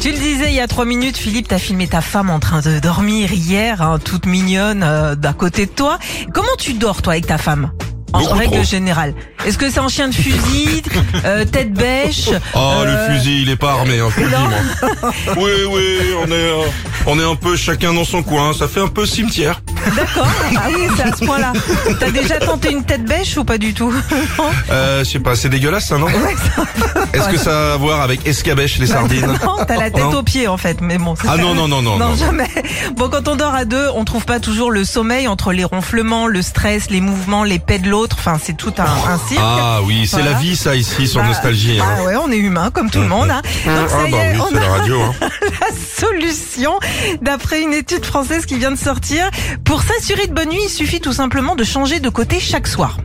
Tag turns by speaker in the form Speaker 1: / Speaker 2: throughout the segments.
Speaker 1: Tu le disais il y a trois minutes, Philippe, t'as filmé ta femme en train de dormir hier, hein, toute mignonne, euh, d'à côté de toi. Comment tu dors, toi, avec ta femme en
Speaker 2: Beaucoup
Speaker 1: règle
Speaker 2: trop.
Speaker 1: générale. Est-ce que c'est en chien de fusil, euh, tête bêche
Speaker 2: Oh,
Speaker 1: euh,
Speaker 2: le fusil, il est pas armé, hein, je vous le dis, moi. Oui, oui, on est, euh, on est un peu chacun dans son coin, ça fait un peu cimetière.
Speaker 1: D'accord. Ah oui, c'est à ce point-là. T'as déjà tenté une tête bêche ou pas du tout Non.
Speaker 2: Euh, je sais pas, c'est dégueulasse, ça, non Est-ce que ça a à voir avec escabèche, les sardines
Speaker 1: Non, t'as la tête
Speaker 2: Non.
Speaker 1: aux pieds en fait, mais bon. c'est
Speaker 2: Ah
Speaker 1: ça.
Speaker 2: non, non, non, non,
Speaker 1: Non,
Speaker 2: non.
Speaker 1: jamais. Bon, quand on dort à deux, on trouve pas toujours le sommeil entre les ronflements, le stress, les mouvements, les pets de l'autre. Enfin, c'est tout un, un cirque.
Speaker 2: Ah oui, c'est
Speaker 1: Voilà.
Speaker 2: la vie, ça, ici, sur
Speaker 1: Bah,
Speaker 2: Nostalgie. hein.
Speaker 1: Ah ouais, on est humain comme tout le monde. hein. Donc
Speaker 2: Ah
Speaker 1: ça y
Speaker 2: bah
Speaker 1: est,
Speaker 2: oui,
Speaker 1: on
Speaker 2: c'est
Speaker 1: a
Speaker 2: la radio. hein.
Speaker 1: la solution d'après une étude française qui vient de sortir. Pour s'assurer de bonne nuit, il suffit tout simplement de changer de côté chaque soir.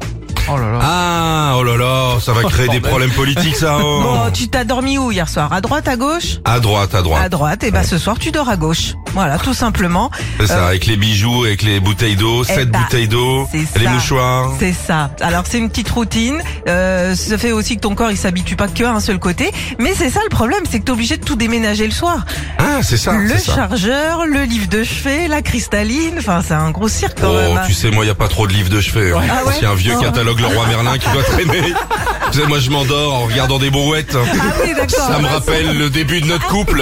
Speaker 3: Oh là là.
Speaker 2: Ah, oh là là, ça va créer des problèmes politiques, ça. oh.
Speaker 1: Bon, tu t'as dormi où hier soir À droite, à gauche
Speaker 2: À droite, à
Speaker 1: à
Speaker 2: droite.
Speaker 1: droite, et ben ce soir tu dors à gauche. Voilà, tout simplement.
Speaker 2: C'est ça, avec les bijoux, avec les bouteilles d'eau,
Speaker 1: euh. Eh
Speaker 2: sept
Speaker 1: bah,
Speaker 2: bouteilles d'eau,
Speaker 1: c'est
Speaker 2: les
Speaker 1: ça.
Speaker 2: mouchoirs.
Speaker 1: C'est ça. Alors c'est une petite routine. Euh, ça fait aussi que ton corps il s'habitue pas que à un seul côté. Mais c'est ça le problème, c'est que t'es obligé de tout déménager le soir.
Speaker 2: Ah, c'est ça,
Speaker 1: le
Speaker 2: c'est ça.
Speaker 1: chargeur, le livre de chevet, la cristalline. Enfin c'est un gros cirque quand
Speaker 2: Oh,
Speaker 1: même. hein.
Speaker 2: tu sais, moi, il y a pas trop de livres de chevet. hein.
Speaker 1: Ah ouais
Speaker 2: C'est un vieux
Speaker 1: Oh.
Speaker 2: catalogue Le Roi Merlin qui doit traîner. tu sais, moi, je m'endors en regardant des brouettes.
Speaker 1: Ah oui d'accord.
Speaker 2: Ça me rappelle le début de notre couple.